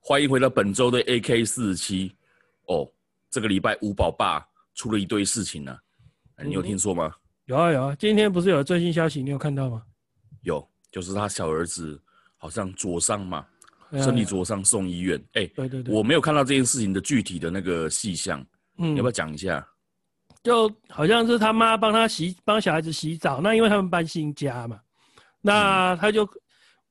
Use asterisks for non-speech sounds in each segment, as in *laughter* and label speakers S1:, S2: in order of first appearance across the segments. S1: 欢迎回到本周的 AK 四十七。哦，这个礼拜五宝爸出了一堆事情呢、啊，你有
S2: 嗯
S1: 听说吗？
S2: 有啊有啊，今天不是有最新消息，你有看到吗？
S1: 有，就是他小儿子好像灼伤嘛，
S2: 哎呀
S1: 身体灼伤送医院。哎、
S2: 对对对，
S1: 我没有看到这件事情的具体的那个细项，
S2: 嗯
S1: 你要不要讲一下？
S2: 就好像是他妈帮他洗，帮小孩子洗澡。那因为他们搬新家嘛，那
S1: 嗯
S2: 他就、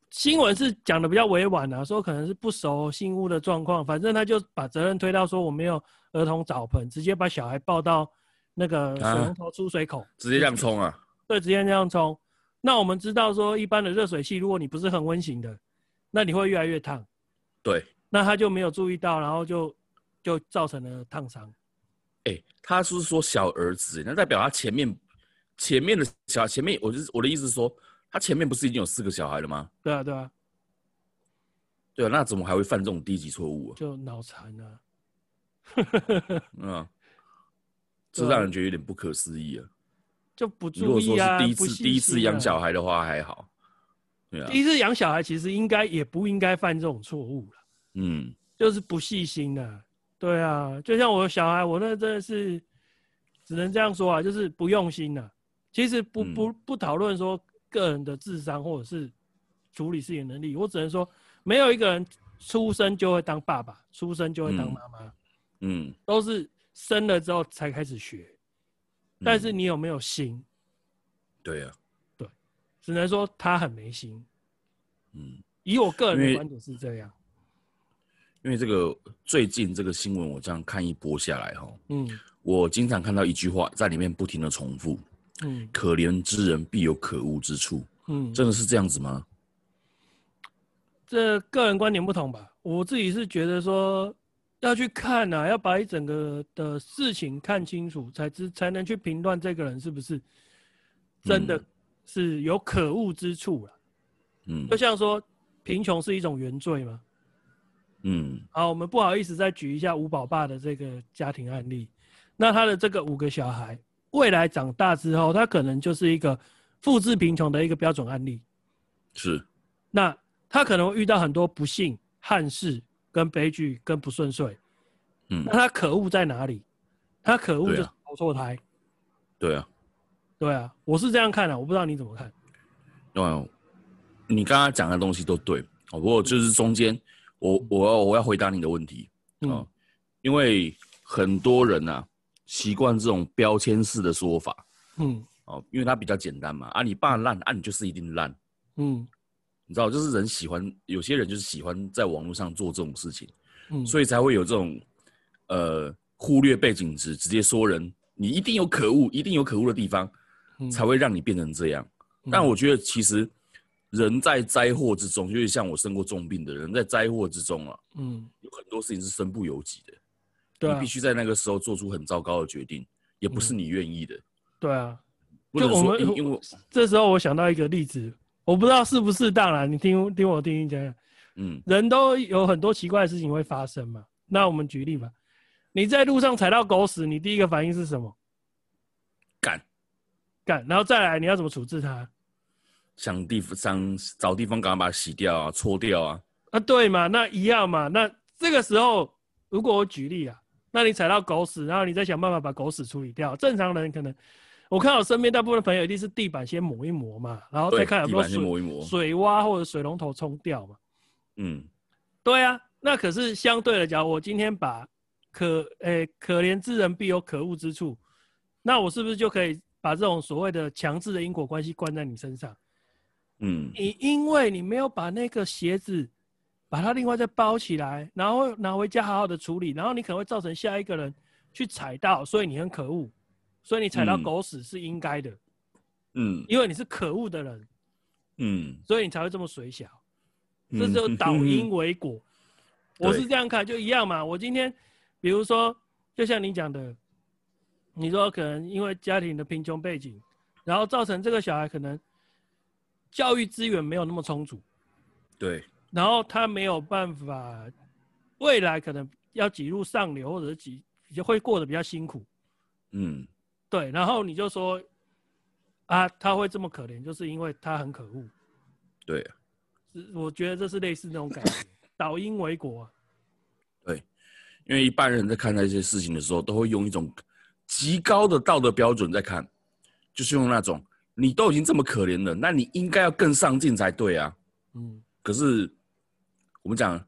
S2: 新闻是讲的比较委婉啊，说可能是不熟新屋的状况，反正他就把责任推到说我没有儿童澡盆，直接把小孩抱到那个
S1: 啊
S2: 水龙头出水口，
S1: 直接这样冲啊！
S2: 对，直接这样冲。那我们知道说，一般的热水器，如果你不是恒温型的，那你会越来越烫。
S1: 对，
S2: 那他就没有注意到，然后就就造成了烫伤。
S1: 哎、他是说小儿子，那代表他前面前面的小前面，我就是我的意思是说，他前面不是已经有四个小孩了吗？
S2: 对啊，对啊，
S1: 对啊，那怎么还会犯这种低级错误啊？
S2: 就脑残啊。 *laughs*
S1: 嗯，
S2: 对
S1: 这
S2: 啊
S1: 让人觉得有点不可思议啊！
S2: 就不
S1: 如
S2: 注
S1: 果说
S2: 意
S1: 是
S2: 啊，
S1: 第一
S2: 不
S1: 次
S2: 细
S1: 第一次
S2: 心
S1: 养
S2: 啊
S1: 小孩的话还好，对啊
S2: 第，一次养小孩其实应该也不应该犯这种错误了，
S1: 嗯，
S2: 就是不细心啊。对啊，就像我的小孩，我那真的是只能这样说啊，就是不用心呐、其实不
S1: 嗯
S2: 不不讨论说个人的智商或者是处理事情的能力，我只能说没有一个人出生就会当爸爸，出生就会当
S1: 嗯
S2: 妈妈。
S1: 嗯，
S2: 都是生了之后才开始学，
S1: 嗯
S2: 但是你有没有心？
S1: 对啊，
S2: 只能说他很没心。
S1: 嗯，
S2: 以我个人
S1: 因
S2: 的
S1: 为
S2: 观点是这样，
S1: 因为这个最近这个新闻我这样看一波下来哈，
S2: 嗯
S1: 我经常看到一句话在里面不停的重复：
S2: 嗯
S1: 可怜之人必有可恶之处，
S2: 嗯，这
S1: 真的是这样子吗？
S2: 这个人观点不同吧。我自己是觉得说要去看啊，要把一整个的事情看清楚，才知才能去评断这个人是不是真的
S1: 嗯
S2: 是有可恶之处了、
S1: 嗯
S2: 就像说，贫穷是一种原罪吗？
S1: 嗯
S2: 好，我们不好意思再举一下吴宝爸的这个家庭案例。那他的这个五个小孩，未来长大之后，他可能就是一个复制贫穷的一个标准案例。
S1: 是，
S2: 那他可能会遇到很多不幸、憾事、跟悲剧、跟不顺遂。
S1: 嗯
S2: 那，他可恶在哪里？他可恶就
S1: 对啊
S2: 是投错胎。
S1: 对啊，
S2: 对啊，我是这样看的、我不知道你怎么看。
S1: 哦，你刚刚讲的东西都对哦，不过就是中间，我我要我要回答你的问题
S2: 嗯
S1: 哦，因为很多人呐、啊、习惯这种标签式的说法
S2: 嗯
S1: 哦，因为它比较简单嘛，啊你爸烂啊你就是一定烂，
S2: 嗯
S1: 你知道就是人喜欢有些人就是喜欢在网络上做这种事情，
S2: 嗯，
S1: 所以才会有这种呃忽略背景值，直接说人你一定有可恶，一定有可恶的地方，
S2: 以
S1: 才会让你变成这样。
S2: 嗯
S1: 但我觉得其实人在灾祸之中，就是像我生过重病的人，在灾祸之中啊，
S2: 嗯，
S1: 有很多事情是身不由己的，
S2: 对
S1: 你
S2: 啊
S1: 必，须在那个时候做出很糟糕的决定，也不是你愿意的。
S2: 对啊。
S1: 不
S2: 就
S1: 能
S2: 我
S1: 说
S2: 们
S1: 因因为
S2: 这时候我想到一个例子，我不知道适不适当啦，你听听我听你讲讲，
S1: 嗯
S2: 人都有很多奇怪的事情会发生嘛。那我们举例吧，你在路上踩到狗屎，你第一个反应是什么？
S1: 干
S2: 干，然后再来你要怎么处置它？
S1: 想地方想找地方赶快把它洗掉啊、搓掉啊，
S2: 啊，对嘛，那一样嘛。那这个时候，如果我举例啊，那你踩到狗屎，然后你再想办法把狗屎处理掉。正常人可能，我看我身边大部分朋友一定是地板先抹一抹嘛，然后再
S1: 对，
S2: 看有
S1: 地
S2: 没有
S1: 板先
S2: 水
S1: 磨一磨，
S2: 水洼或者水龙头冲掉嘛。
S1: 嗯
S2: 对啊，那可是相对的，假如我今天把可诶、可怜之人必有可恶之处，那我是不是就可以把这种所谓的强制的因果关系灌在你身上？
S1: 嗯
S2: 你因为你没有把那个鞋子把它另外再包起来，然后拿回家好好的处理，然后你可能会造成下一个人去踩到，所以你很可恶，所以你踩到
S1: 嗯
S2: 狗屎是应该的，
S1: 嗯
S2: 因为你是可恶的人，
S1: 嗯，
S2: 所以你才会这么水小。
S1: 嗯
S2: 这就导因为果。
S1: 对
S2: 我是这样看，就一样嘛。我今天，比如说，就像你讲的，你说可能因为家庭的贫穷背景，然后造成这个小孩可能教育资源没有那么充足，
S1: 对，
S2: 然后他没有办法，未来可能要挤入上流或者是挤，就会过得比较辛苦。
S1: 嗯
S2: 对，然后你就说，啊，他会这么可怜，就是因为他很可恶。
S1: 对， *laughs*
S2: 是我觉得这是类似那种感觉，导因为果啊、
S1: 因为一般人在看待一些事情的时候，都会用一种极高的道德标准在看，就是用那种你都已经这么可怜了，那你应该要更上进才对啊。
S2: 嗯，
S1: 可是我们讲，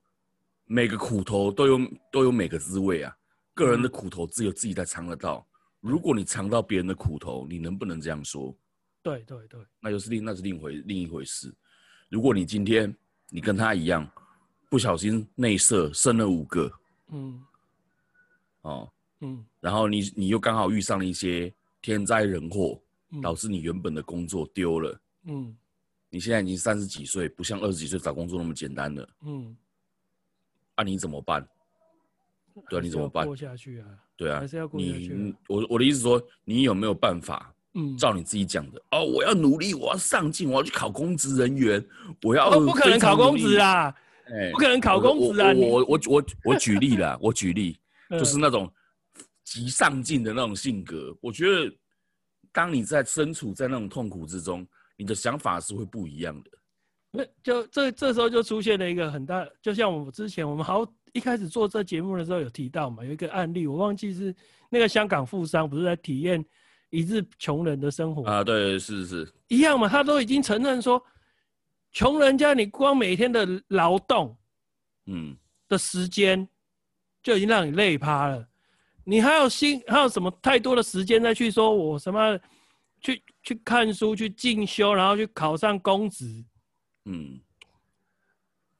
S1: 每个苦头都有都有每个滋味啊，个人的苦头只有自己才尝得到。如果你尝到别人的苦头，你能不能这样说？
S2: 对对对，
S1: 那又是另那是另回另一回事。如果你今天你跟他一样，不小心内射生了五个
S2: 嗯
S1: 哦，
S2: 嗯
S1: 然后你你又刚好遇上了一些天灾人祸，
S2: 嗯
S1: 导致你原本的工作丢了。
S2: 嗯
S1: 你现在已经三十几岁，不像二十几岁找工作那么简单了。
S2: 嗯，
S1: 啊，你怎么办？对啊，你怎么
S2: 还是要
S1: 办
S2: 过？下去啊？
S1: 对啊
S2: 还，是要过下去啊
S1: 你我我的意思说，你有没有办法？
S2: 嗯，
S1: 照你自己讲的哦，我要努力，我要上进，我要去考公职人员，我要、
S2: 哦，不可能考公职！啊，
S1: 哎
S2: 不可能考公职啊！
S1: 我
S2: 你
S1: 我我我我举例啦，我举例
S2: 嗯
S1: 就是那种极上进的那种性格。我觉得，当你在身处在那种痛苦之中，你的想法是会不一样的。
S2: 那就这这时候就出现了一个很大，就像我们之前我们好一开始做这节目的时候有提到嘛，有一个案例我忘记是那个香港富商不是在体验一日穷人的生活
S1: 啊，对，是是，
S2: 一样嘛，他都已经承认说，穷人家你光每天的劳动
S1: 嗯，
S2: 的时间就已经让你累趴了，你还有心还有什么太多的时间再去说我什么去去看书去进修，然后去考上公职，
S1: 嗯，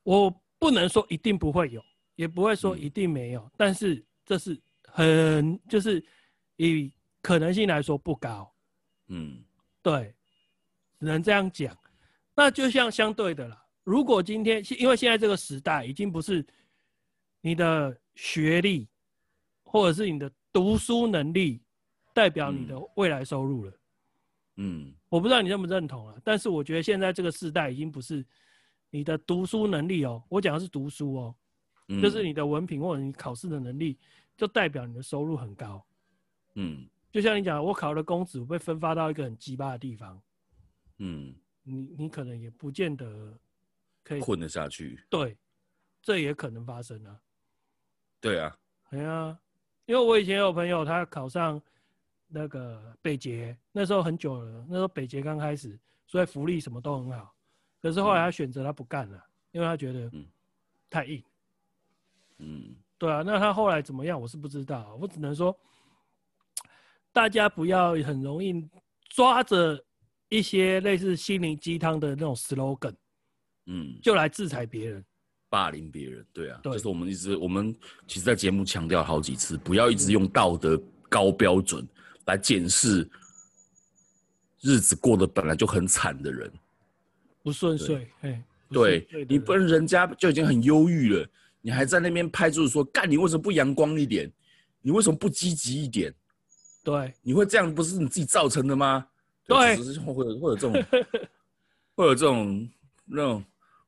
S2: 我不能说一定不会有，也不会说
S1: 嗯
S2: 一定没有，但是这是很就是以可能性来说不高，
S1: 嗯，
S2: 对，只能这样讲。那就像相对的啦，如果今天因为现在这个时代已经不是你的学历或者是你的读书能力代表你的未来收入了。
S1: 嗯，
S2: 我不知道你认不认同啊，但是我觉得现在这个时代已经不是你的读书能力哦，我讲的是读书哦，
S1: 嗯
S2: 就是，你的文凭或者你考试的能力，就代表你的收入很高。
S1: 嗯，
S2: 就像你讲的，我考了公职，我被分发到一个很鸡巴的地方，
S1: 嗯，
S2: 你你可能也不见得可以
S1: 混得下去，
S2: 对，这也可能发生啊。
S1: 对啊，
S2: 哎呀，因为我以前有朋友他考上那个北捷，那时候很久了，那时候北捷刚开始，所以福利什么都很好。可是后来他选择他不干了，因为他觉得
S1: 嗯
S2: 太硬。
S1: 嗯，
S2: 对啊，那他后来怎么样，我是不知道啊，我只能说，大家不要很容易抓着一些类似心灵鸡汤的那种 slogan
S1: 嗯，
S2: 就来制裁别人。
S1: 霸凌别人，对啊，
S2: 对
S1: 就是我们一直我们其实，在节目强调好几次，不要一直用道德高标准来检视日子过得本来就很惨的人，
S2: 不顺遂，哎，不顺
S1: 对
S2: 遂的
S1: 你不
S2: 人
S1: 然人家就已经很忧郁了，你还在那边拍桌子说，干你为什么不阳光一点？你为什么不积极一点？
S2: 对，
S1: 你会这样不是你自己造成的吗？
S2: 对
S1: 只是会有会有这种，会有这种那种，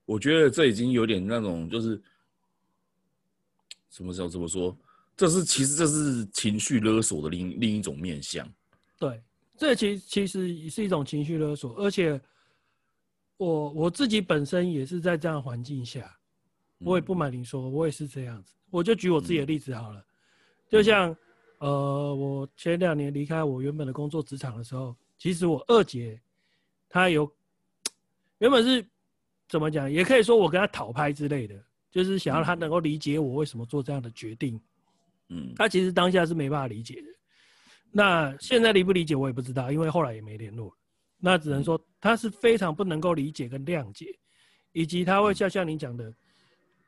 S1: 我觉得这已经有点那种就是，什么时候怎么说？这是其实这是情绪勒索的另另一种面向。
S2: 对，这其其实也是一种情绪勒索，而且我我自己本身也是在这样的环境下，我
S1: 嗯
S2: 也不瞒您说，我也是这样子。我就举我自己的例子好了，
S1: 嗯
S2: 就像呃，我前两年离开我原本的工作职场的时候，其实我二姐她有原本是怎么讲，也可以说我跟她讨拍之类的，就是想要她能够理解我为什么做这样的决定。
S1: 嗯
S2: 他其实当下是没办法理解的。那现在理不理解我也不知道，因为后来也没联络了。那只能说他是非常不能够理解跟谅解，以及他会像像你讲的，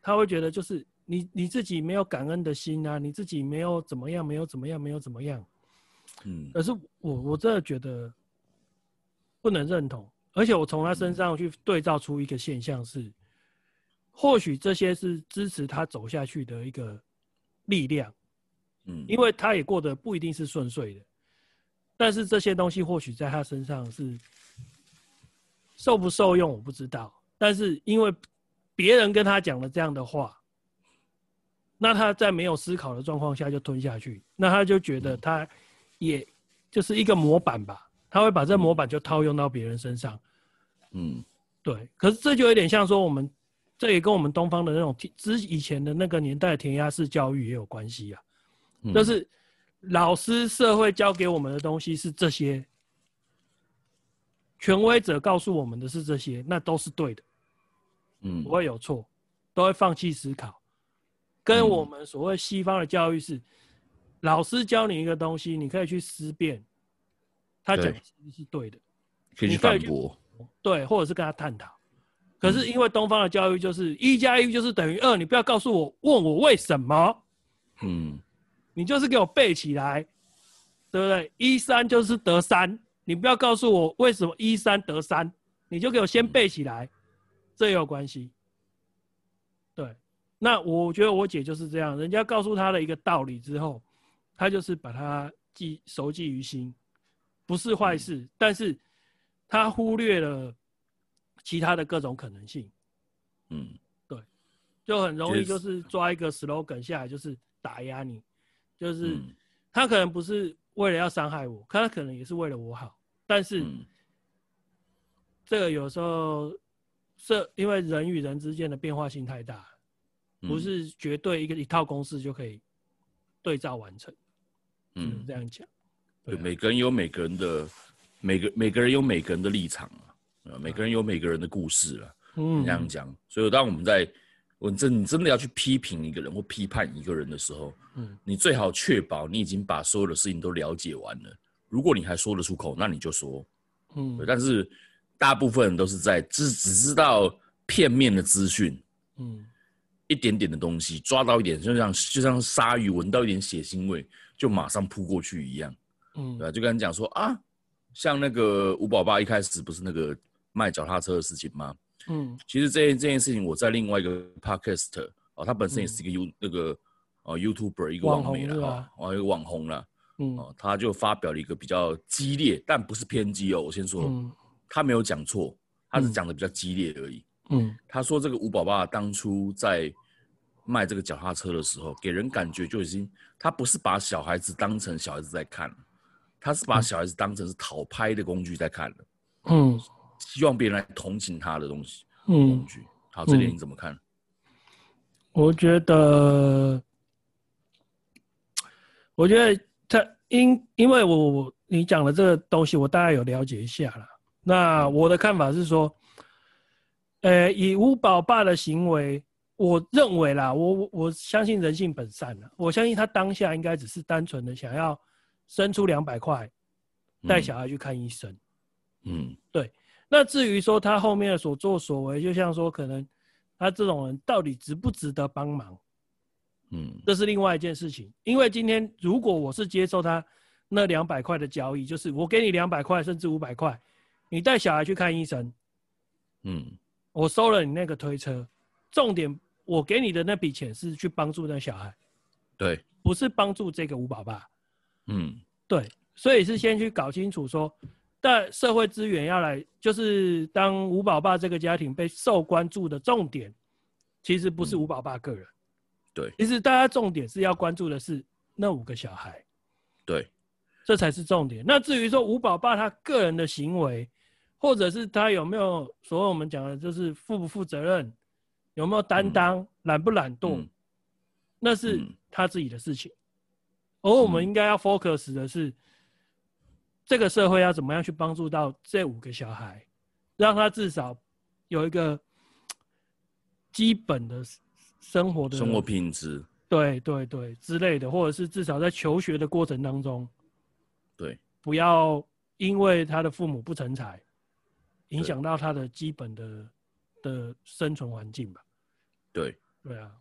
S2: 他会觉得就是你你自己没有感恩的心啊，你自己没有怎么样，没有怎么样，没有怎么样。
S1: 嗯
S2: 可是我我真的觉得不能认同，而且我从他身上去对照出一个现象是，或许这些是支持他走下去的一个力量。
S1: 嗯，
S2: 因为他也过得不一定是顺遂的，但是这些东西或许在他身上是受不受用我不知道，但是因为别人跟他讲了这样的话，那他在没有思考的状况下就吞下去，那他就觉得他也就是一个模板吧，他会把这模板就套用到别人身上，
S1: 嗯
S2: 对，可是这就有点像说我们这也跟我们东方的那种之以前的那个年代的填鸭式教育也有关系啊。
S1: 嗯
S2: 就是老师社会教给我们的东西是这些，权威者告诉我们的是这些，那都是对的，
S1: 嗯
S2: 不会有错，都会放弃思考。跟
S1: 嗯
S2: 我们所谓西方的教育是，老师教你一个东西，你可以去思辨，他讲
S1: 对
S2: 的其实是对的，
S1: 可以去
S2: 你可
S1: 反
S2: 以去
S1: 驳，
S2: 对，或者是跟他探讨。可是因为东方的教育就是一加一就是等于二，你不要告诉我问我为什么，
S1: 嗯
S2: 你就是给我背起来，对不对？一三就是得三，你不要告诉我为什么一三得三，你就给我先背起来，这也有关系。对，那我觉得我姐就是这样，人家告诉她的一个道理之后，她就是把它记熟记于心，不是坏事，但是她忽略了其他的各种可能性，
S1: 嗯，
S2: 就很容易
S1: 就
S2: 就是是抓一个 slogan 下来，就是打压你，就是。
S1: 嗯
S2: 他可能不是为了要伤害我，可他可能也是为了我好。但是
S1: 嗯
S2: 这个有时候，这因为人与人之间的变化性太大，
S1: 嗯
S2: 不是绝对一个一套公式就可以对照完成，只能
S1: 嗯，
S2: 这样讲。
S1: 对，每个人有每个人的每个每个人有每个人的立场啊，呃每个人有每个人的故事啊，
S2: 嗯
S1: 这样讲。所以当我们在我真你真的要去批评一个人或批判一个人的时候，
S2: 嗯
S1: 你最好确保你已经把所有的事情都了解完了。如果你还说得出口，那你就说。对啊
S2: 嗯
S1: 但是大部分人都是在只只知道片面的资讯，
S2: 嗯
S1: 一点点的东西，抓到一点，就像就像鲨鱼闻到一点血腥味，就马上扑过去一样，对吧、
S2: 嗯，
S1: 就跟人讲说啊，像那个吴宝爸一开始不是那个卖脚踏车的事情吗？
S2: 嗯
S1: 其实这这件事情，我在另外一个 podcast 哦，他本身也是一个 You、那个呃 YouTuber 一个
S2: 嗯网
S1: 网媒
S2: 红是
S1: 了
S2: 吧
S1: 哈，哦，一个网红了
S2: 嗯
S1: 哦，他就发表了一个比较激烈，但不是偏激哦，我先说，
S2: 嗯
S1: 他没有讲错，他是
S2: 嗯
S1: 讲的比较激烈而已。
S2: 嗯
S1: 他说这个吴宝爸当初在卖这个脚踏车的时候，给人感觉就已经，他不是把小孩子当成小孩子在看，他是把小孩子当成是讨拍的工具在看了，
S2: 嗯
S1: 希望别人来同情他的东西工
S2: 嗯，
S1: 具。好，这点你怎么看？
S2: 我觉得，我觉得他因因为我我你讲的这个东西，我大概有了解一下了。那我的看法是说，呃，以吴宝爸的行为，我认为啦，我我我相信人性本善啦，我相信他当下应该只是单纯的想要生出两百块带小孩去看医生。
S1: 嗯
S2: 那至于说他后面的所作所为，就像说可能他这种人到底值不值得帮忙，
S1: 嗯
S2: 这是另外一件事情。因为今天如果我是接受他那两百块的交易，就是我给你两百块甚至五百块，你带小孩去看医生，
S1: 嗯
S2: 我收了你那个推车，重点我给你的那笔钱是去帮助那小孩，
S1: 对，
S2: 不是帮助这个吴爸爸。
S1: 嗯
S2: 对，所以是先去搞清楚说，但社会资源要来，就是当吴宝爸这个家庭被受关注的重点，其实不是吴宝爸个人，
S1: 对
S2: 其实大家重点是要关注的是那五个小孩，
S1: 对，
S2: 这才是重点。那至于说吴宝爸他个人的行为，或者是他有没有所谓我们讲的就是负不负责任，有没有担当，懒不懒惰，
S1: 嗯
S2: 那是
S1: 嗯
S2: 他自己的事情。而我们
S1: 嗯
S2: 应该要 focus 的是，这个社会要怎么样去帮助到这五个小孩，让他至少有一个基本的生活的
S1: 生活品质，
S2: 对对对之类的，或者是至少在求学的过程当中，
S1: 对，
S2: 不要因为他的父母不成才，影响到他的基本的的生存环境吧。
S1: 对。
S2: 对啊，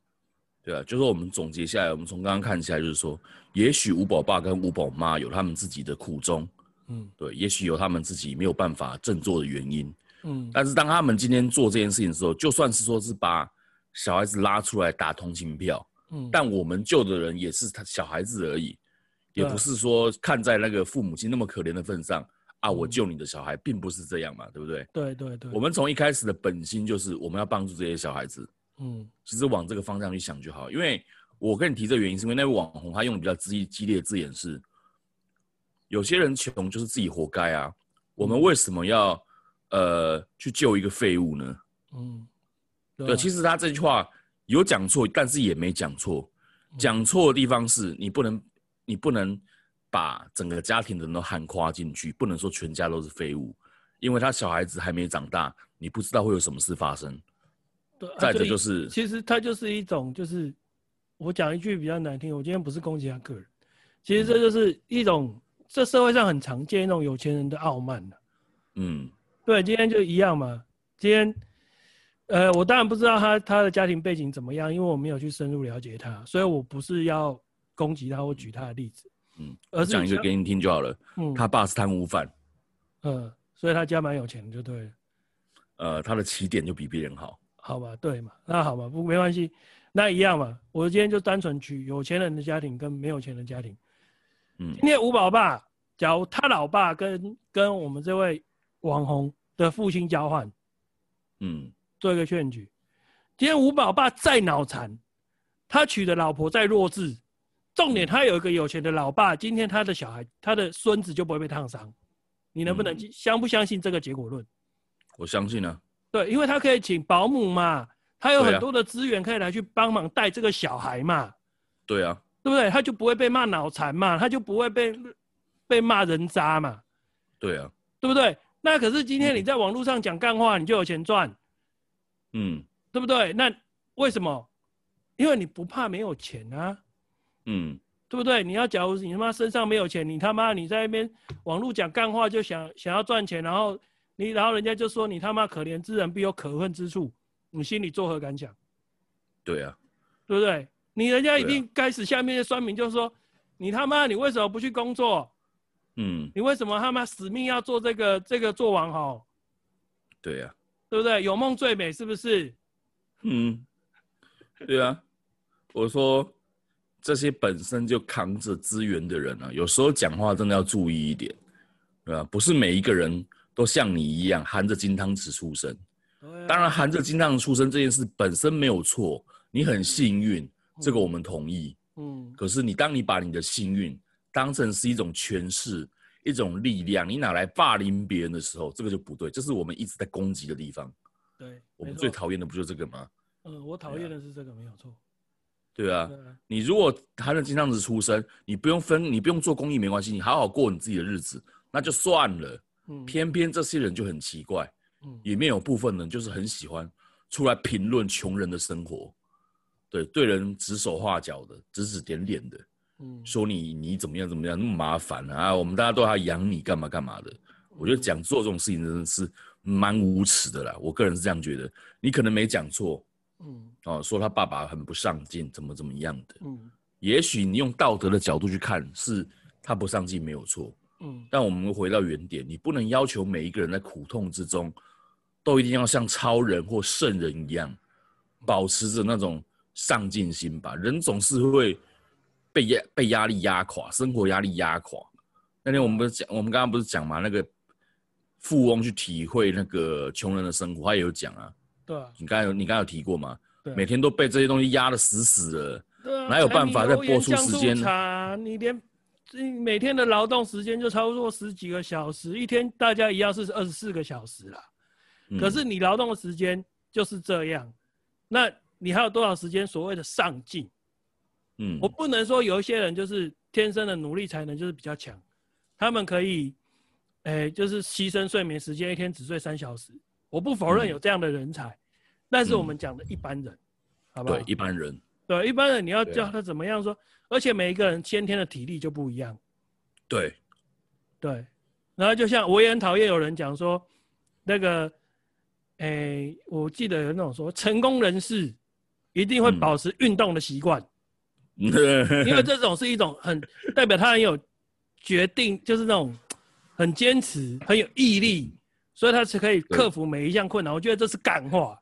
S1: 对啊，就是我们总结下来，我们从刚刚看起来，就是说，也许吴宝爸跟吴宝妈有他们自己的苦衷，
S2: 嗯
S1: 对，也许有他们自己没有办法振作的原因。
S2: 嗯
S1: 但是当他们今天做这件事情的时候，就算是说是把小孩子拉出来打同情票，
S2: 嗯，
S1: 但我们救的人也是他小孩子而已，也
S2: 对啊
S1: 不是说看在那个父母亲那么可怜的份上啊，
S2: 嗯
S1: 我救你的小孩，并不是这样嘛，对不对？
S2: 对对对，
S1: 我们从一开始的本心就是我们要帮助这些小孩子，
S2: 嗯
S1: 其实往这个方向去想就好。因为我跟你提这个原因，是因为那位网红他用的比较激激烈的字眼是，有些人穷就是自己活该啊。
S2: 嗯
S1: 我们为什么要呃去救一个废物呢？
S2: 嗯，
S1: 对，其
S2: 实
S1: 实他这句话有讲错，但是也没讲错。
S2: 嗯
S1: 讲错的地方是你不能，你不能把整个家庭的人都含夸进去，不能说全家都是废物，因为他小孩子还没长大，你不知道会有什么事发生。再者就是
S2: 啊其实它就是一种，就是我讲一句比较难听，我今天不是攻击他个人，其实这
S1: 嗯
S2: 就是一种这社会上很常见那种有钱人的傲慢啊
S1: 嗯
S2: 对，今天就一样嘛。今天，呃，我当然不知道他他的家庭背景怎么样，因为我没有去深入了解他，所以我不是要攻击他或举他的例子，
S1: 嗯，
S2: 而是
S1: 讲一个
S2: 像
S1: 给你听就好了。
S2: 嗯
S1: 他爸是贪污犯，
S2: 嗯，所以他家蛮有钱的，就对了。
S1: 呃，他的起点就比别人好。
S2: 好吧，对嘛，那好吧，不没关系，那一样嘛。我今天就单纯举有钱人的家庭跟没有钱的家庭。
S1: 嗯
S2: 今天吴宝爸，假如他老爸跟跟我们这位网红的父亲交换，
S1: 嗯，
S2: 做一个劝举。今天吴宝爸再脑残，他娶的老婆再弱智，重
S1: 嗯
S2: 点他有一个有钱的老爸，今天他的小孩、他的孙子就不会被烫伤。你能不能、
S1: 嗯
S2: 相不相信这个结果论？
S1: 我相信啊。
S2: 对，因为他可以请保姆嘛，他有
S1: 对啊
S2: 很多的资源可以来去帮忙带这个小孩嘛，
S1: 对啊，
S2: 对不对？他就不会被骂脑残嘛，他就不会被被骂人渣嘛，
S1: 对啊，
S2: 对不对？那可是今天你在网络上讲干话，你就有钱赚，
S1: 嗯
S2: 对不对？那为什么？因为你不怕没有钱啊，
S1: 嗯，
S2: 对不对？你要假如你他妈身上没有钱，你他妈你在那边网络讲干话就想想要赚钱，然后你然后人家就说你他妈可怜之人必有可恨之处，你心里作何感想？
S1: 对啊，
S2: 对不对？你人家一
S1: 对啊
S2: 定开始下面的酸民就说你他妈你为什么不去工作？
S1: 嗯
S2: 你为什么他妈死命要做这个这个做网红？
S1: 对啊，
S2: 对不对？有梦最美是不是？
S1: 嗯，对啊。我说这些本身就扛着资源的人啊，有时候讲话真的要注意一点，对吧、不是每一个人都像你一样含着金汤匙出生。当然，含着金汤匙出生这件事本身没有错，你很幸运，这个我们同意。
S2: 嗯，
S1: 可是你当你把你的幸运当成是一种权势、一种力量，你拿来霸凌别人的时候，这个就不对。这是我们一直在攻击的地方。
S2: 对，
S1: 我
S2: 没
S1: 们
S2: 错
S1: 最讨厌的不就这个吗？
S2: 嗯，我讨厌的是这个，没有错。
S1: 对啊，
S2: 对啊
S1: 你如果含着金汤匙出生，你不用分，你不用做公益没关系，你好好过你自己的日子，那就算了。
S2: 嗯，
S1: 偏偏这些人就很奇怪，
S2: 嗯
S1: 里面有部分人就是很喜欢出来评论穷人的生活，对对人指手画脚的，指指点点的。
S2: 嗯
S1: 说你你怎么样怎么样那么麻烦啊，啊我们大家都要养你干嘛干嘛的。我觉得讲做这种事情真的是蛮无耻的啦，我个人是这样觉得。你可能没讲错
S2: 嗯
S1: 哦，说他爸爸很不上进，怎么怎么样的。
S2: 嗯
S1: 也许你用道德的角度去看，是他不上进没有错，
S2: 嗯
S1: 但我们回到原点，你不能要求每一个人在苦痛之中都一定要像超人或圣人一样，保持着那种上进心吧。人总是会被压被压力压垮，生活压力压垮。那天我们不是讲，我们刚刚不是讲嘛，那个富翁去体会那个穷人的生活，他也有讲啊。
S2: 对啊，
S1: 你刚才有你刚才有提过嘛
S2: 对啊？
S1: 每天都被这些东西压得死死的。
S2: 对啊
S1: 哪有办法在播出时间呢
S2: 查你连你每天的劳动时间就超过十几个小时，一天大家一样是二十四个小时啦。
S1: 嗯
S2: 可是你劳动的时间就是这样，那你还有多少时间所谓的上进？
S1: 嗯，
S2: 我不能说有一些人就是天生的努力才能就是比较强，他们可以，哎、就是牺牲睡眠时间，一天只睡三小时。我不否认
S1: 嗯
S2: 有这样的人才，但是
S1: 嗯
S2: 我们讲的一般人，好不好
S1: 对？一般人，
S2: 对，一般人你要
S1: 对啊
S2: 叫他怎么样说，而且每一个人先天的体力就不一样，
S1: 对，
S2: 对。然后就像我也很讨厌有人讲说，那个，诶，我记得有那种说，成功人士一定会
S1: 嗯
S2: 保持运动的习惯，
S1: 因 *laughs*
S2: 因为这种是一种很代表他很有决定，就是那种很坚持、很有毅力，所以他是可以克服每一项困难。我觉得这是
S1: *laughs*
S2: 干话。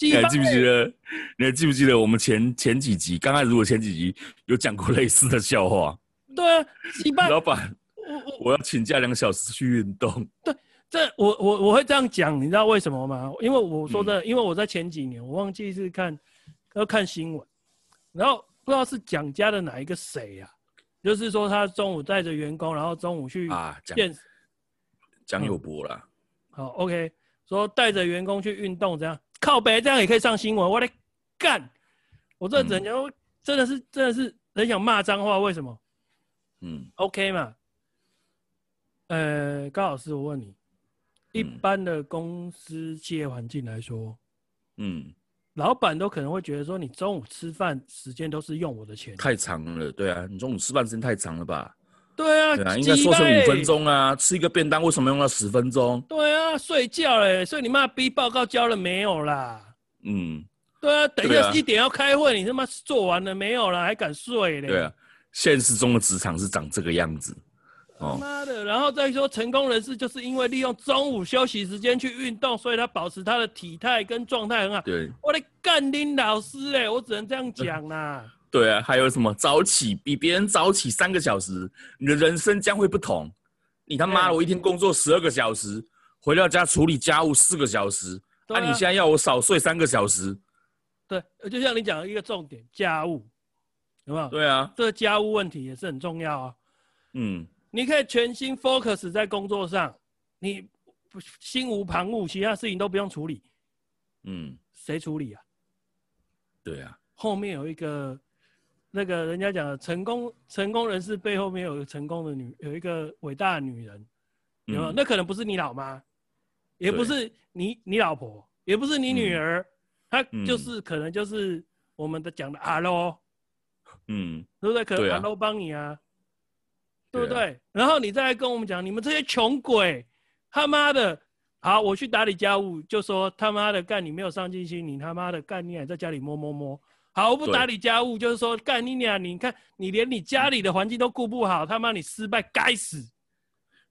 S1: 你
S2: 激
S1: 还
S2: 发
S1: 哎记不记得？你还记不记得我们前前几集？刚开始我前几集有讲过类似的笑话。
S2: 对啊，击败
S1: 老板，
S2: 我我
S1: 我要请假两个小时去运动。
S2: 这我我我会这样讲，你知道为什么吗？因为我说
S1: 嗯
S2: 真的，因为我在前几年我忘记是看要看新闻，然后不知道是蒋家的哪一个谁呀、就是说他中午带着员工，然后中午去
S1: 啊蒋
S2: 健嗯
S1: 蒋友柏啦，
S2: 好，OK，说带着员工去运动，这样靠背，这样也可以上新闻，我得干！我
S1: 嗯
S2: 这人家、真的是真的是很想骂脏话，为什么
S1: 嗯
S2: ？OK 嘛？呃，高老师，我问你，一
S1: 嗯
S2: 般的公司企业环境来说，
S1: 嗯，
S2: 老板都可能会觉得说，你中午吃饭时间都是用我的钱，
S1: 太长了，对啊，你中午吃饭时间太长了吧？
S2: 对啊，
S1: 对啊，应该缩成
S2: 鸡
S1: 五
S2: 掰
S1: 分，钟啊，吃一个便当为什么用到十分钟？
S2: 对啊，睡觉嘞，所以你妈逼报告交了没有啦？
S1: 嗯，
S2: 对啊，等一
S1: 对
S2: 下
S1: 啊
S2: 一点要开会，你他妈做完了没有啦？还敢睡嘞？
S1: 对啊，现实中的职场是长这个样子
S2: 他
S1: 哦，
S2: 妈的！然后再说，成功人士就是因为利用中午休息时间去运动，所以他保持他的体态跟状态很好。
S1: 对
S2: 我的干林老师哎、我只能这样讲啦。
S1: 对啊，还有什么早起比别人早起三个小时，你的人生将会不同。你他妈的，
S2: 对
S1: 我一天工作十二个小时，回到家处理家务四个小时，
S2: 对
S1: *laughs* 啊，你现在要我少睡三个小时？
S2: 对，就像你讲的一个重点，家务有没有？
S1: 对啊，
S2: 这家务问题也是很重要啊。
S1: 嗯
S2: 你可以全心 focus 在工作上，你不心无旁骛，其他事情都不用处理，
S1: 嗯，
S2: 谁处理啊？
S1: 对啊，
S2: 后面有一个那个人家讲的成功成功人士背后面有一个成功的女，有一个伟大的女人，有没有？
S1: 嗯
S2: 那可能不是你老妈，也不是你你老婆，也不是你女儿，她就是、可能就是我们的讲的阿喽，
S1: 嗯
S2: 对不对？可能
S1: 对啊
S2: 阿喽帮你啊，对不
S1: 对啊
S2: 对？然后你再来跟我们讲，你们这些穷鬼，他妈的！好，我去打理家务，就说他妈的干你没有上进心，你他妈的干你还啊在家里摸摸摸。好，我不
S1: 对
S2: 打理家务，就是说干你俩，你看你连你家里的环境都顾不好，他妈你失败，该死！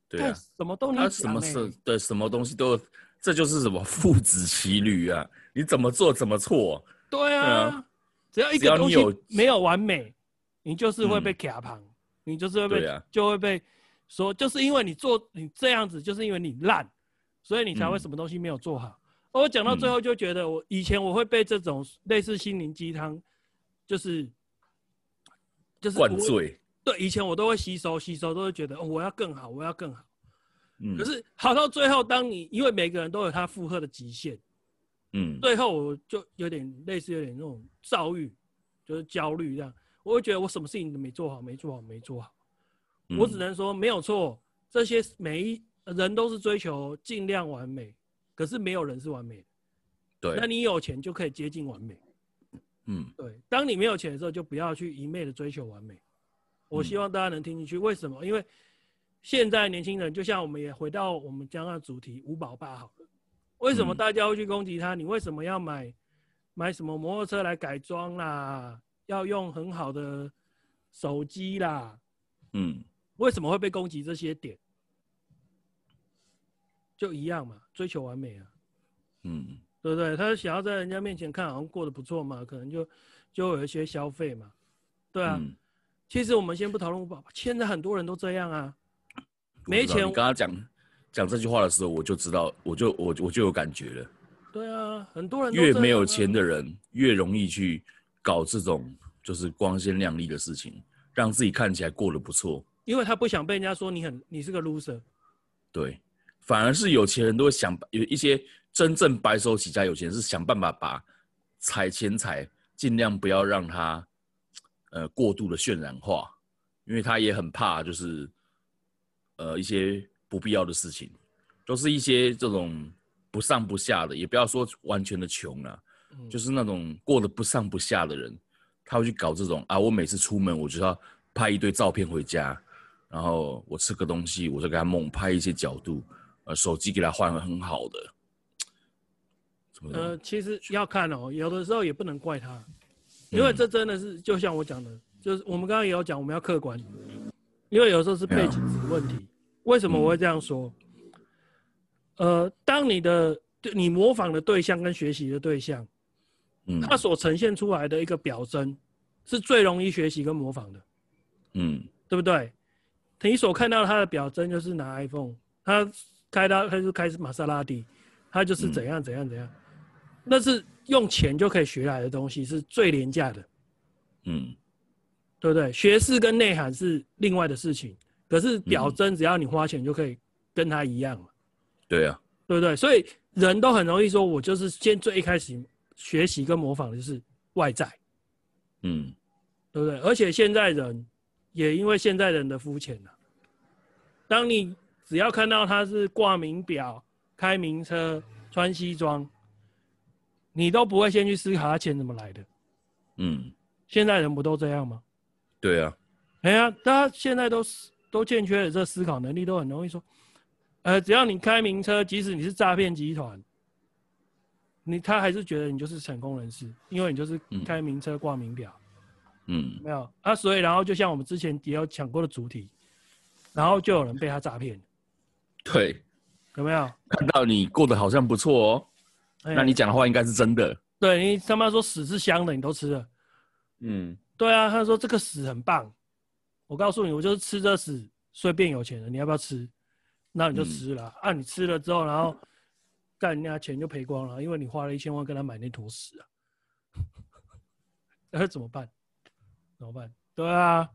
S1: 对
S2: 干
S1: 啊，
S2: 什么都你
S1: 他
S2: 讲
S1: 什么
S2: 欸
S1: 事对什么东西都有，这就是什么父子骑驴啊，你怎么做怎么错，
S2: 对
S1: 对
S2: 啊
S1: 啊，
S2: 只要一
S1: 只
S2: 个
S1: 要
S2: 东
S1: 你
S2: 西
S1: 有
S2: 没有完美，你就是会被
S1: 嗯
S2: 卡旁，你就是会被、
S1: 对啊
S2: 就会被说，就是因为你做你这样子，就是因为你烂，所以你才会
S1: 嗯
S2: 什么东西没有做好。而我讲到最后就觉得我，以前我会被这种类似心灵鸡汤，就是就是
S1: 灌
S2: 我
S1: 醉，
S2: 对，以前我都会吸收吸收，都会觉得、哦、我要更好，我要更好。
S1: 嗯，
S2: 可是好到最后，当你因为每个人都有他负荷的极限，
S1: 嗯，
S2: 最后我就有点类似有点那种躁郁，就是焦虑这样。我会觉得我什么事情都没做好，没做好，没做好。
S1: 嗯
S2: 我只能说没有错，这些每一人都是追求尽量完美，可是没有人是完美的。那
S1: 对，
S2: 你有钱就可以接近完美。
S1: 嗯
S2: 对，当你没有钱的时候，就不要去一昧的追求完美。我
S1: 嗯
S2: 希望大家能听进去，为什么？因为现在年轻人，就像我们也回到我们刚刚的主题五宝爸好了，为什么
S1: 嗯
S2: 大家会去攻击他？你为什么要买买什么摩托车来改装啦？要用很好的手机啦？
S1: 嗯，
S2: 为什么会被攻击这些点？就一样嘛，追求完美啊。
S1: 嗯，
S2: 对不对？他想要在人家面前看好像过得不错嘛，可能就就有一些消费嘛，对啊。
S1: 嗯
S2: 其实我们先不讨论吧，现在很多人都这样啊，没
S1: 我知道
S2: 钱
S1: 你刚刚讲讲这句话的时候，我就知道，我就我我就有感觉了。
S2: 对啊，很多人都这
S1: 越
S2: 样啊
S1: 没有钱，的人，越容易去搞这种就是光鲜亮丽的事情，让自己看起来过得不错。
S2: 因为他不想被人家说你很你是个 loser，
S1: 对，反而是有钱人都会想有一些真正白手起家有钱人是想办法把财钱财尽量不要让它呃过度的渲染化，因为他也很怕就是呃一些不必要的事情，都是一些这种不上不下的，也不要说完全的穷了、
S2: 嗯
S1: 就是那种过得不上不下的人，他会去搞这种啊，我每次出门我就要拍一堆照片回家，然后我吃个东西，我就给他猛拍一些角度，呃，手机给他换很好的，怎么的？
S2: 呃，其实要看哦，有的时候也不能怪他，
S1: 嗯
S2: 因为这真的是就像我讲的，就是我们刚刚也有讲，我们要客观，因为有时候是
S1: 啊
S2: 背景问题。为什么我会这样说？
S1: 嗯
S2: 呃，当你的你模仿的对象跟学习的对象，
S1: 嗯
S2: 他所呈现出来的一个表征，是最容易学习跟模仿的，
S1: 嗯
S2: 对不对？你所看到他的表征就是拿 iPhone，他开到他就开始玛莎拉蒂，他就是怎样怎样怎样，那是用钱就可以学来的东西，是最廉价的，
S1: 嗯
S2: 对不对？学识跟内涵是另外的事情，可是表征只要你花钱就可以跟他一样嘛，
S1: 对啊，
S2: 对不对？所以人都很容易说，我就是先最一开始学习跟模仿的就是外在，
S1: 嗯，
S2: 对不对？而且现在人也因为现在人的肤浅了，当你只要看到他是挂名表、开名车、穿西装，你都不会先去思考他钱怎么来的。
S1: 嗯，
S2: 现在人不都这样吗？
S1: 对啊，
S2: 哎呀，大家现在都是都欠缺了这思考能力，都很容易说，呃，只要你开名车，即使你是诈骗集团，你他还是觉得你就是成功人士，因为你就是
S1: 嗯
S2: 开名车挂名表，
S1: 嗯
S2: 没有啊，所以然后就像我们之前也有讲过的主题，然后就有人被他诈骗，
S1: 对，
S2: 有没有？
S1: 看到你过得好像不错哦，
S2: 哎
S1: 那你讲的话应该是真的。
S2: 对你他妈说屎是香的，你都吃了，
S1: 嗯，
S2: 对啊，他说这个屎很棒，我告诉你，我就是吃这屎，所以变有钱了。你要不要吃？那
S1: 嗯
S2: 你就吃了、啊！你吃了之后，然后干人家钱就赔光了，因为你花了一千万跟他买那坨屎啊。 *laughs* 那怎么办？怎么办？对啊，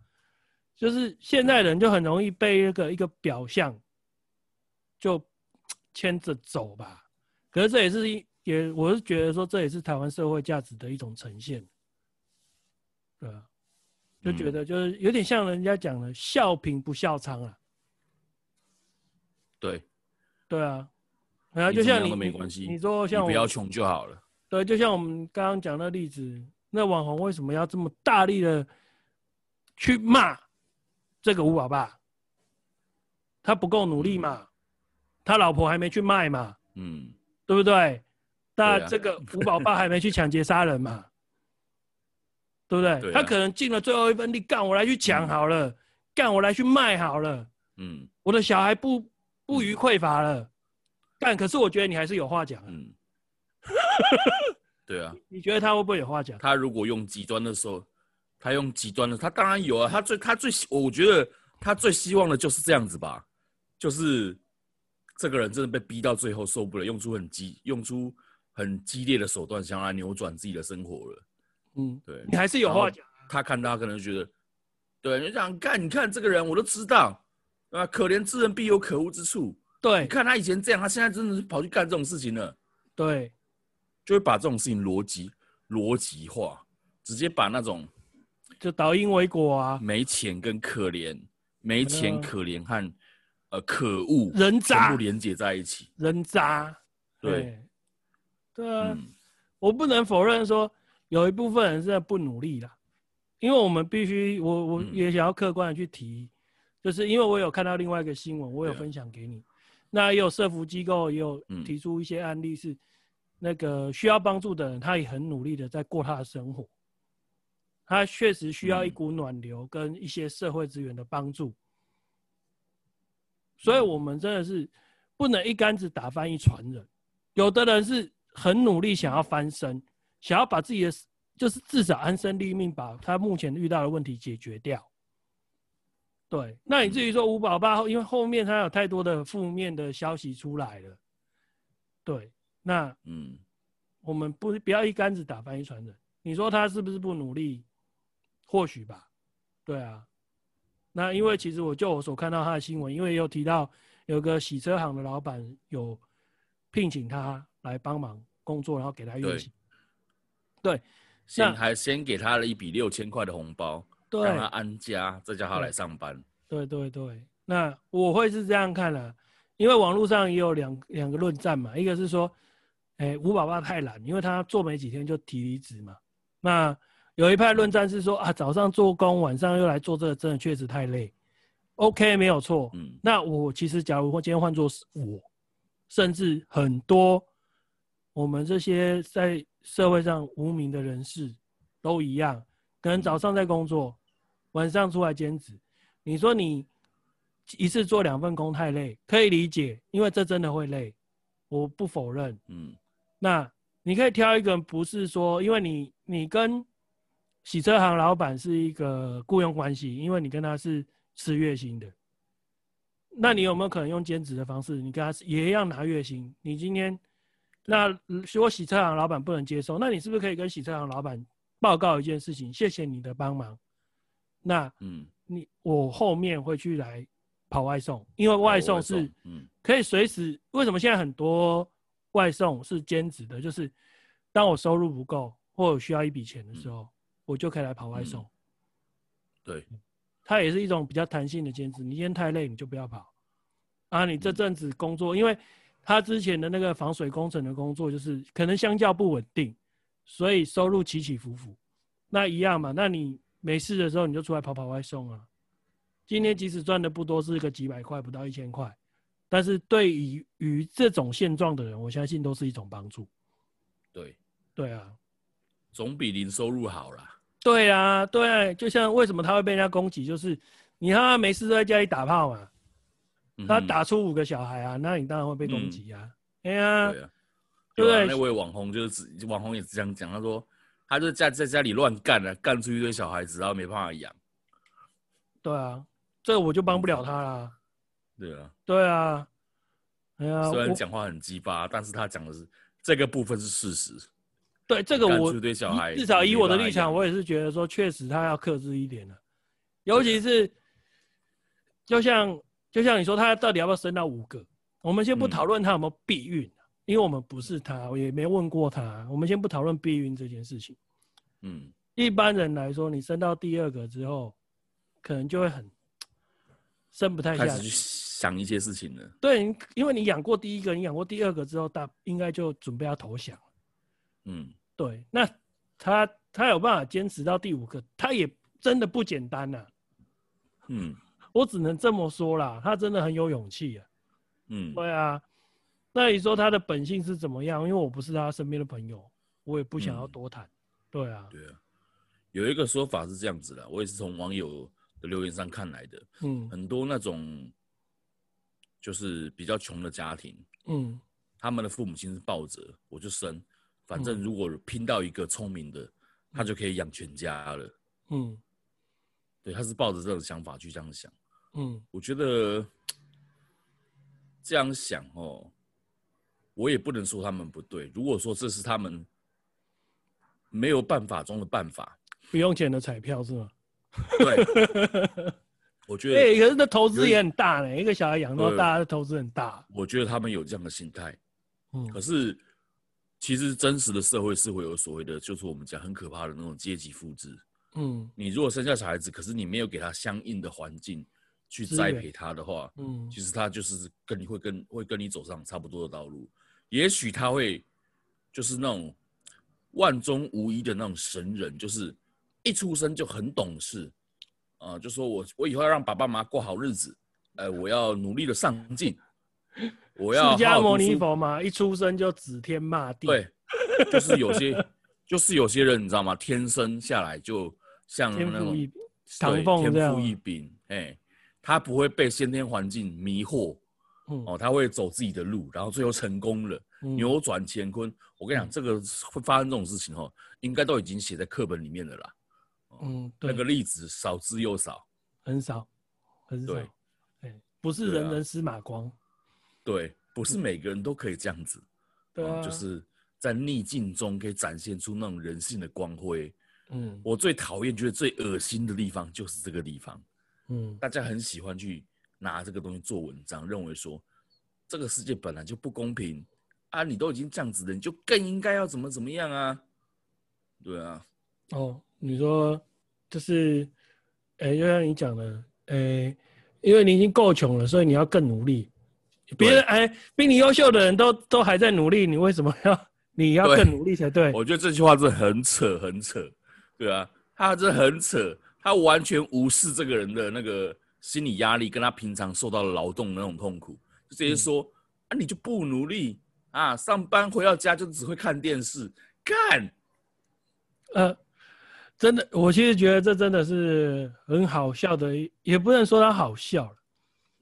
S2: 就是现在人就很容易被那个一个表象就牵着走吧。可是这也是一也，我是觉得说这也是台湾社会价值的一种呈现，对啊，就
S1: 嗯
S2: 觉得就是有点像人家讲的“笑贫不笑娼”啊，
S1: 对，
S2: 对啊，然后
S1: 你
S2: 就
S1: 怎么
S2: 像
S1: 样
S2: 你
S1: 都没
S2: 你
S1: 关系
S2: 你说
S1: 你
S2: 像我
S1: 不要穷就好了。
S2: 对，就像我们刚刚讲的例子，那网红为什么要这么大力的去骂这个吴爸爸？他不够努力嘛，他老婆还没去卖嘛，
S1: 嗯，
S2: 对不对？那
S1: 对啊
S2: 这个吴宝爸还没去抢劫杀人嘛，对不对？
S1: 对啊
S2: 他可能尽了最后一份力，干我来去抢好了，干我来去卖好了，
S1: 嗯
S2: 我的小孩不不虞匮乏了，干可是我觉得你还是有话讲啊，
S1: 嗯， *laughs* 对啊，
S2: 你觉得他会不会有话讲？嗯
S1: 他如果用极端的时候，他用极端的，他当然有啊。他最他最我觉得他最希望的就是这样子吧，就是这个人真的被逼到最后受不了，用出很激用出很激烈的手段想要来扭转自己的生活了。
S2: 嗯，
S1: 对
S2: 你还是有话讲。啊
S1: 他看他可能觉得，对，你想看你看这个人我都知道，啊，可怜之人必有可恶之处。你
S2: 对
S1: 看他以前这样，他现在真的是跑去干这种事情了。
S2: 对，
S1: 就会把这种事情逻辑逻辑化，直接把那种
S2: 就倒因为果啊，
S1: 没钱跟可怜、没钱、
S2: 嗯
S1: 可怜和呃可恶
S2: 人
S1: 全
S2: 渣
S1: 部连接在一起。
S2: 人渣。
S1: 对
S2: 哎对啊，
S1: 嗯
S2: 我不能否认说有一部分人是不努力啦，因为我们必须，我我
S1: 嗯
S2: 也想要客观的去提，就是因为我有看到另外一个新闻，我有
S1: 对啊
S2: 分享给你，那也有社服机构也有
S1: 嗯
S2: 提出一些案例是。那个需要帮助的人，他也很努力的在过他的生活，他确实需要一
S1: 嗯
S2: 股暖流跟一些社会资源的帮助，所以我们真的是不能一竿子打翻一船人。有的人是很努力想要翻身，想要把自己的就是至少安身立命，把他目前遇到的问题解决掉。对，那你至于说吴宝爸，因为后面他有太多的负面的消息出来了，对，那
S1: 嗯，
S2: 我们不不要一竿子打翻一船人。你说他是不是不努力？或许吧，对啊。那因为其实我就我所看到他的新闻，因为有提到有个洗车行的老板有聘请他来帮忙工作，然后给他月薪。对，
S1: 先还先给他了一笔六千块的红包，让他
S2: 对，
S1: 安家，再叫他来上班。
S2: 对，对，对。那我会是这样看啦、因为网络上也有两两个论战嘛，一个是说，哎，吴爸爸太懒，因为他做没几天就提离职嘛。那有一派论战是说啊，早上做工，晚上又来做这个，真的确实太累。OK，没有错。
S1: 嗯
S2: 那我其实假如今天换作是我，甚至很多我们这些在社会上无名的人士都一样，可能早上在工作，晚上出来兼职。你说你一次做两份工太累，可以理解，因为这真的会累，我不否认。
S1: 嗯
S2: 那你可以挑一个不是说，因为你你跟洗车行老板是一个雇佣关系，因为你跟他是吃月薪的，那你有没有可能用兼职的方式，你跟他是也一样拿月薪？你今天那如果洗车行老板不能接受，那你是不是可以跟洗车行老板报告一件事情？谢谢你的帮忙，那
S1: 嗯，
S2: 你我后面会去来跑外送，因为外送是。
S1: 嗯
S2: 可以随时。为什么现在很多外送是兼职的，就是当我收入不够或我需要一笔钱的时候，我就可以来跑外送。
S1: 对，
S2: 它也是一种比较弹性的兼职。你今天太累，你就不要跑啊。你这阵子工作，因为他之前的那个防水工程的工作，就是可能相较不稳定，所以收入起起伏伏。那一样嘛，那你没事的时候你就出来跑跑外送啊。今天即使赚的不多，是个几百块，不到一千块，但是对于于这种现状的人，我相信都是一种帮助。
S1: 对，
S2: 对啊，
S1: 总比零收入好啦。
S2: 对啊，对啊就像为什么他会被人家攻击，就是你看他没事都在家里打炮嘛，
S1: 嗯
S2: 他打出五个小孩啊，那你当然会被攻击啊。哎呀
S1: 对，啊，
S2: 对
S1: 对啊，那位网红就是只网红也是这样讲，他说他就在在家里乱干了，干出一堆小孩子，然后没办法养。
S2: 对啊，这我就帮不了
S1: 嗯
S2: 他啦。
S1: 对啊，
S2: 对啊，哎呀，
S1: 虽然
S2: 我
S1: 讲话很鸡巴，但是他讲的是这个部分是事实。
S2: 对这个
S1: 干
S2: 我
S1: 出一堆小孩
S2: 以至少以我的
S1: 没办法
S2: 立场，
S1: 养
S2: 我也是觉得说，确实他要克制一点了、啊
S1: 啊
S2: 尤其是就像就像你说，他到底要不要生到五个？我们先不
S1: 嗯
S2: 讨论他有没有避孕、啊因为我们不是他，我也没问过他。啊我们先不讨论避孕这件事情。
S1: 嗯，
S2: 一般人来说，你生到第二个之后，可能就会很生不太
S1: 开
S2: 下
S1: 始去
S2: 去。
S1: 想一些事情了。
S2: 对，你因为你养过第一个，你养过第二个之后，大应该就准备要投降。
S1: 嗯，
S2: 对，那他他有办法坚持到第五个，他也真的不简单呐、
S1: 嗯
S2: 我只能这么说啦，他真的很有勇气啊。
S1: 嗯，
S2: 对啊，那你说他的本性是怎么样？因为我不是他身边的朋友，我也不想要
S1: 嗯
S2: 多谈。对啊，
S1: 对啊，有一个说法是这样子的，我也是从网友的留言上看来的，
S2: 嗯
S1: 很多那种就是比较穷的家庭，
S2: 嗯
S1: 他们的父母亲是抱着我就生，反正
S2: 嗯
S1: 如果拼到一个聪明的，他就可以养全家了。
S2: 嗯
S1: 对，他是抱着这种想法去这样想。
S2: 嗯
S1: 我觉得这样想哦，我也不能说他们不对。如果说这是他们没有办法中的办法，
S2: 不用钱的彩票是吗？
S1: 对，我觉
S2: *laughs* 哎、
S1: 得
S2: 可是那投
S1: 有
S2: 资
S1: 一
S2: 也很大呢、一个小孩养到
S1: 对
S2: 大，投资很大。
S1: 我觉得他们有这样的心态。
S2: 嗯
S1: 可是，其实真实的社会是会有所谓的，就是我们讲很可怕的那种阶级复制。
S2: 嗯
S1: 你如果生下小孩子，可是你没有给他相应的环境去
S2: 资
S1: 栽
S2: 源
S1: 培他的话，
S2: 嗯
S1: 其实他就是跟你会跟会跟你走上差不多的道路。也许他会就是那种万中无一的那种神人，就是一出生就很懂事，啊、就说我我以后要让爸爸妈妈过好日子，呃，我要努力的上进，我要
S2: 释迦
S1: 好好
S2: 牟
S1: 读
S2: 尼
S1: 书
S2: 佛嘛，一出生就指天骂地。
S1: 对，就是有些，就是有些人，你知道吗？天生下来就像
S2: 天
S1: 那
S2: 赋
S1: 种
S2: 异禀
S1: 对
S2: 唐凤这
S1: 天赋
S2: 样
S1: 异禀，哎、他不会被先天环境迷惑
S2: 嗯，
S1: 哦，他会走自己的路，然后最后成功了，
S2: 嗯
S1: 扭转乾坤。我跟你讲，这个会发生这种事情哦，应该都已经写在课本里面的啦。
S2: 嗯，对，
S1: 那个例子少之又少，
S2: 很少，很少
S1: 对，
S2: 哎，不是
S1: 对啊
S2: 人人司马光，
S1: 对，不是每个人都可以这样子，
S2: 嗯对
S1: 哦
S2: 啊，
S1: 就是在逆境中可以展现出那种人性的光辉。
S2: 嗯
S1: 我最讨厌、觉得最恶心的地方就是这个地方，
S2: 嗯，
S1: 大家很喜欢去拿这个东西做文章，认为说这个世界本来就不公平啊，你都已经这样子了，你就更应该要怎么怎么样啊？对啊，
S2: 哦，你说就是，哎，就像你讲的，哎，因为你已经够穷了，所以你要更努力。别人哎，比你优秀的人都都还在努力，你为什么要你要
S1: 对
S2: 更努力才对？
S1: 我觉得这句话真的很扯，很扯，对啊，他真的很扯，他完全无视这个人的那个心理压力，跟他平常受到的劳动的那种痛苦，就直
S2: 嗯
S1: 接说、啊，你就不努力啊，上班回到家就只会看电视，干。
S2: 呃，真的，我其实觉得这真的是很好笑的一，也不能说他好笑了，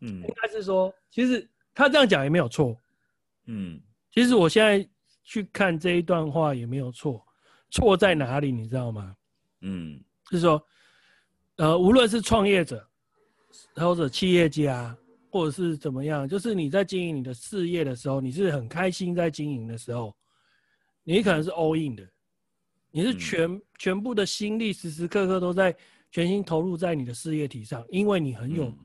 S1: 嗯
S2: 应该是说，其实他这样讲也没有错。
S1: 嗯
S2: 其实我现在去看这一段话也没有错，错在哪里你知道吗？
S1: 嗯
S2: 就是说，呃，无论是创业者，或者企业家，或者是怎么样，就是你在经营你的事业的时候，你是很开心在经营的时候，你可能是 all in 的，你是
S1: 嗯
S2: 全、全部的心力，时时刻刻都在全心投入在你的事业体上，因为你很有、
S1: 嗯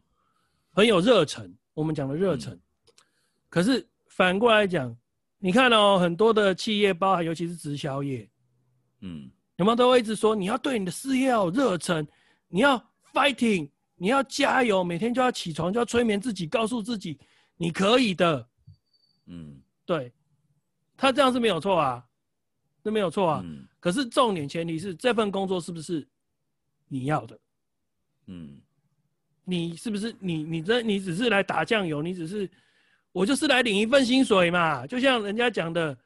S2: 很有热忱，我们讲的热忱。可是反过来讲，你看哦，很多的企业，包含尤其是直销业，
S1: 嗯，
S2: 有没有都会一直说你要对你的事业要有热忱，你要 fighting，你要加油，每天就要起床，就要催眠自己，告诉自己你可以的。
S1: 嗯，
S2: 对，他这样是没有错啊，这没有错啊。
S1: 嗯，
S2: 可是重点前提是这份工作是不是你要的？
S1: 嗯，
S2: 你是不是你你这你只是来打酱油？你只是我就是来领一份薪水嘛？就像人家讲的，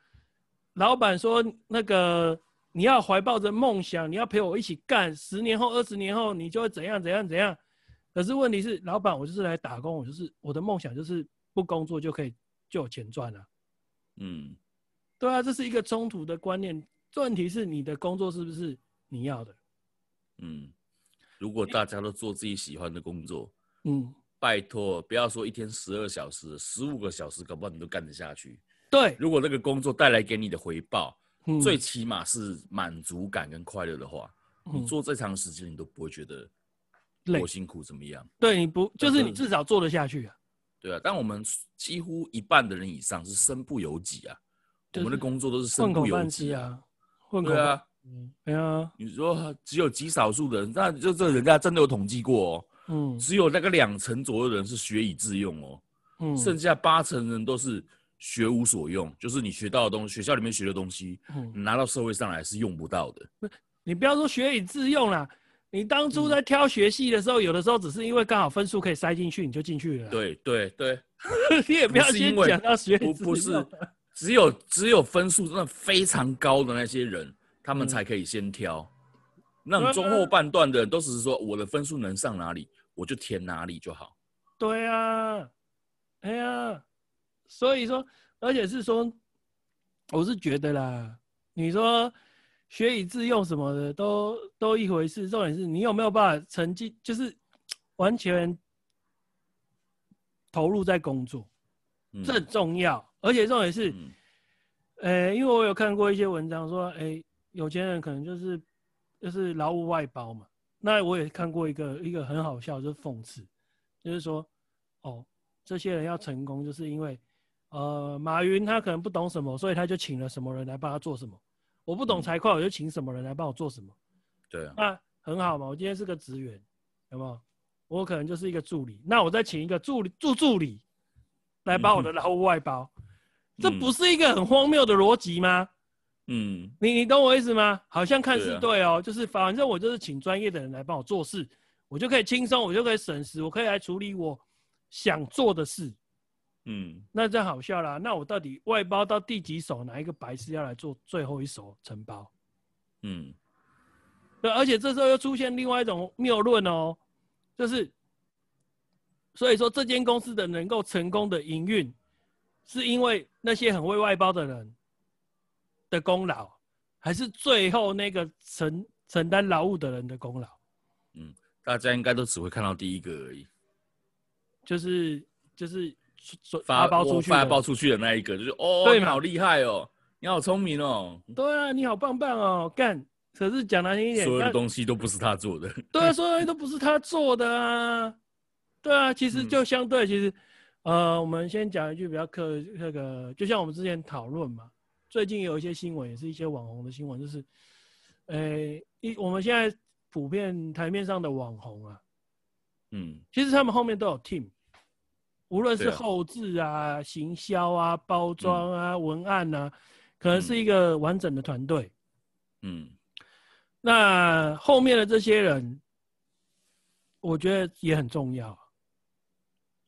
S2: 老板说那个你要怀抱着梦想，你要陪我一起干，十年后、二十年后你就会怎样怎样怎样。可是问题是，老板，我就是来打工，我就是我的梦想就是不工作就可以就有钱赚了、啊
S1: 嗯，
S2: 对啊，这是一个冲突的观念。问题是你的工作是不是你要的？
S1: 嗯。如果大家都做自己喜欢的工作，
S2: 嗯，
S1: 拜托不要说一天十二小时、十五个小时，搞不好你都干得下去。
S2: 对，
S1: 如果那个工作带来给你的回报，
S2: 嗯
S1: 最起码是满足感跟快乐的话，你
S2: 嗯
S1: 做再长时间你都不会觉得
S2: 累
S1: 我辛苦怎么样。
S2: 对你不就是你
S1: 嗯
S2: 至少做得下去啊？
S1: 对啊，但我们几乎一半的人以上是身不由己啊，
S2: 就是
S1: 我们的工作都是身
S2: 混口
S1: 不由
S2: 饭吃
S1: 己。
S2: 啊，混口
S1: 对
S2: 饭
S1: 啊，
S2: 吃，对啊，
S1: 你说只有极少数的人，那就这人家真的有统计过哦，
S2: 嗯
S1: 只有那个两成左右的人是学以致用哦，
S2: 嗯，
S1: 剩下八成人都是学无所用，就是你学到的东西，学校里面学的东西，
S2: 嗯，
S1: 你拿到社会上来是用不到的。
S2: 你不要说学以致用啦，你当
S1: 嗯
S2: 初在挑学系的时候，有的时候只是因为刚好分数可以塞进去，你就进去了。，
S1: 对对对，
S2: *laughs* 你也不要
S1: 不是
S2: 先
S1: 因为
S2: 讲到学以
S1: *laughs* 不
S2: 致
S1: 不是
S2: 用，
S1: 只有只有分数真的非常高的那些人，他们
S2: 嗯
S1: 才可以先挑。那种中后半段的人都只是说我的分数能上哪里，我就填哪里就好。
S2: 对啊，哎呀，所以说，而且是说，我是觉得啦，你说学以致用什么的都都一回事，重点是你有没有办法沉浸，就是完全投入在工作，
S1: 嗯
S2: 这很重要。而且重点是，
S1: 嗯
S2: 呃，因为我有看过一些文章说，哎，有钱人可能就是就是劳务外包嘛。那我也看过一个一个很好笑，就是讽刺，就是说，哦，这些人要成功，就是因为，呃，马云他可能不懂什么，所以他就请了什么人来帮他做什么。我不懂
S1: 嗯
S2: 财会，我就请什么人来帮我做什么。
S1: 对啊，
S2: 那很好嘛，我今天是个职员，有没有？我可能就是一个助理，那我再请一个助理助助理来把我的劳务外包，这
S1: 嗯
S2: 不是一个很荒谬的逻辑吗？
S1: 嗯
S2: 你你懂我意思吗？好像看似
S1: 对啊
S2: 对哦，就是反正我就是请专业的人来帮我做事，我就可以轻松，我就可以省时，我可以来处理我想做的事。
S1: 嗯
S2: 那这样好笑啦。那我到底外包到第几手？哪一个白痴要来做最后一手承包？
S1: 嗯
S2: 对，而且这时候又出现另外一种谬论哦，就是，所以说这间公司的能够成功的营运，是因为那些很会外包的人的功劳，还是最后那个承承担劳务的人的功劳？
S1: 嗯，大家应该都只会看到第一个而已，
S2: 就是就是所发包出去
S1: 我
S2: 的
S1: 发包出去的那一个，就是哦，
S2: 对
S1: 你
S2: 嘛
S1: 好厉害哦，你好聪明哦，
S2: 对啊，你好棒棒哦，干！可是讲难听一点，
S1: 所有
S2: 那
S1: 的东西都不是他做的。
S2: 对啊，所有东西都不是他做的啊。对啊，其实
S1: 嗯
S2: 就相对，其实，呃，我们先讲一句比较客那个，就像我们之前讨论嘛，最近有一些新闻，也是一些网红的新闻，就是，呃，一我们现在普遍台面上的网红啊，
S1: 嗯
S2: 其实他们后面都有 team，无论是
S1: 对啊
S2: 后置啊、行销啊、包装啊、文案啊，可能是一个完整的团队。
S1: 嗯
S2: 那后面的这些人，我觉得也很重要啊。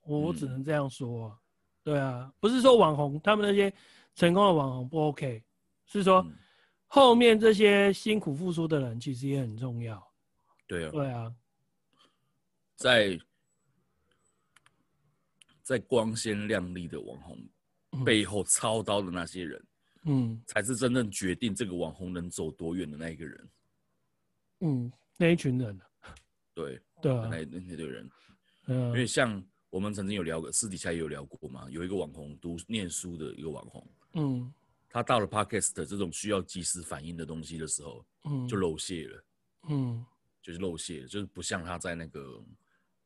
S2: 我我
S1: 嗯
S2: 只能这样说啊、对啊，不是说网红他们那些成功的网红不 OK，是说
S1: 嗯
S2: 后面这些辛苦付出的人其实也很重要。
S1: 对啊，
S2: 对啊，
S1: 在在光鲜亮丽的网红
S2: 嗯
S1: 背后操刀的那些人，
S2: 嗯
S1: 才是真正决定这个网红能走多远的那一个人。
S2: 嗯，那一群人啊，
S1: 对，
S2: 对啊，
S1: 那那那对人，因为
S2: 嗯
S1: 像我们曾经有聊过，私底下也有聊过嘛，有一个网红读念书的一个网红，
S2: 嗯
S1: 他到了 podcast 这种需要及时反应的东西的时候，
S2: 嗯，
S1: 就露馅了，
S2: 嗯
S1: 就是露馅了，就是不像他在那个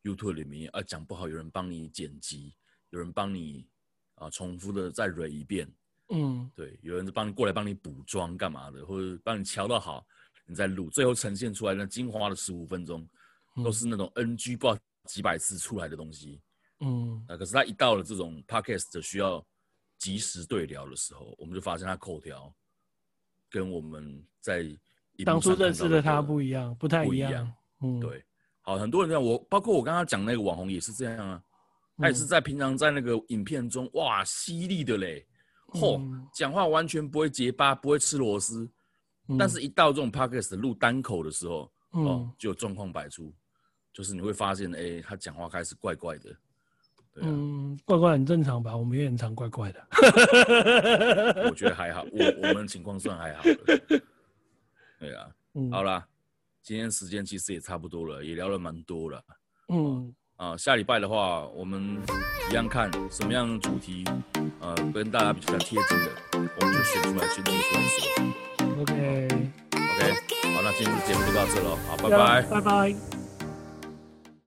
S1: YouTube 里面啊讲不好，有人帮你剪辑，有人帮你啊重复的再蕊一遍。
S2: 嗯，
S1: 对，有人帮你过来帮你补妆干嘛的，或者帮你调到好，你再录，最后呈现出来那精华的十五分钟，
S2: 嗯
S1: 都是那种 NG 不知道几百次出来的东西。
S2: 嗯
S1: 啊，可是他一到了这种 podcast 需要及时对聊的时候，我们就发现他口条跟我们在荧幕
S2: 当初
S1: 上看
S2: 认识
S1: 到
S2: 的他不一样，不太
S1: 不一
S2: 样
S1: 样。
S2: 嗯，，
S1: 对。好，很多人这样，我包括我刚刚讲那个网红也是这样啊，他
S2: 嗯
S1: 也是在平常在那个影片中，哇，犀利的嘞，嚯、
S2: 嗯
S1: 讲话完全不会结巴，不会吃螺丝，
S2: 嗯
S1: 但是一到这种 podcast 录单口的时候，哦
S2: 嗯，
S1: 就有状况百出，就是你会发现，哎、他讲话开始怪怪的，对啊。
S2: 嗯，怪怪很正常吧？我们也很常怪怪的。
S1: *laughs* 我觉得还好，我我们的情况算还好了。对啊，
S2: 嗯，
S1: 好啦，今天时间其实也差不多了，也聊了蛮多了
S2: 嗯，
S1: 啊。下礼拜的话，我们一样看什么样的主题，呃，跟大家比较贴近的，我们就选出来先定出来说。
S2: ，OK，
S1: OK，好，那今天的节目就到这了，好，拜
S2: 要
S1: 拜。
S2: 拜拜。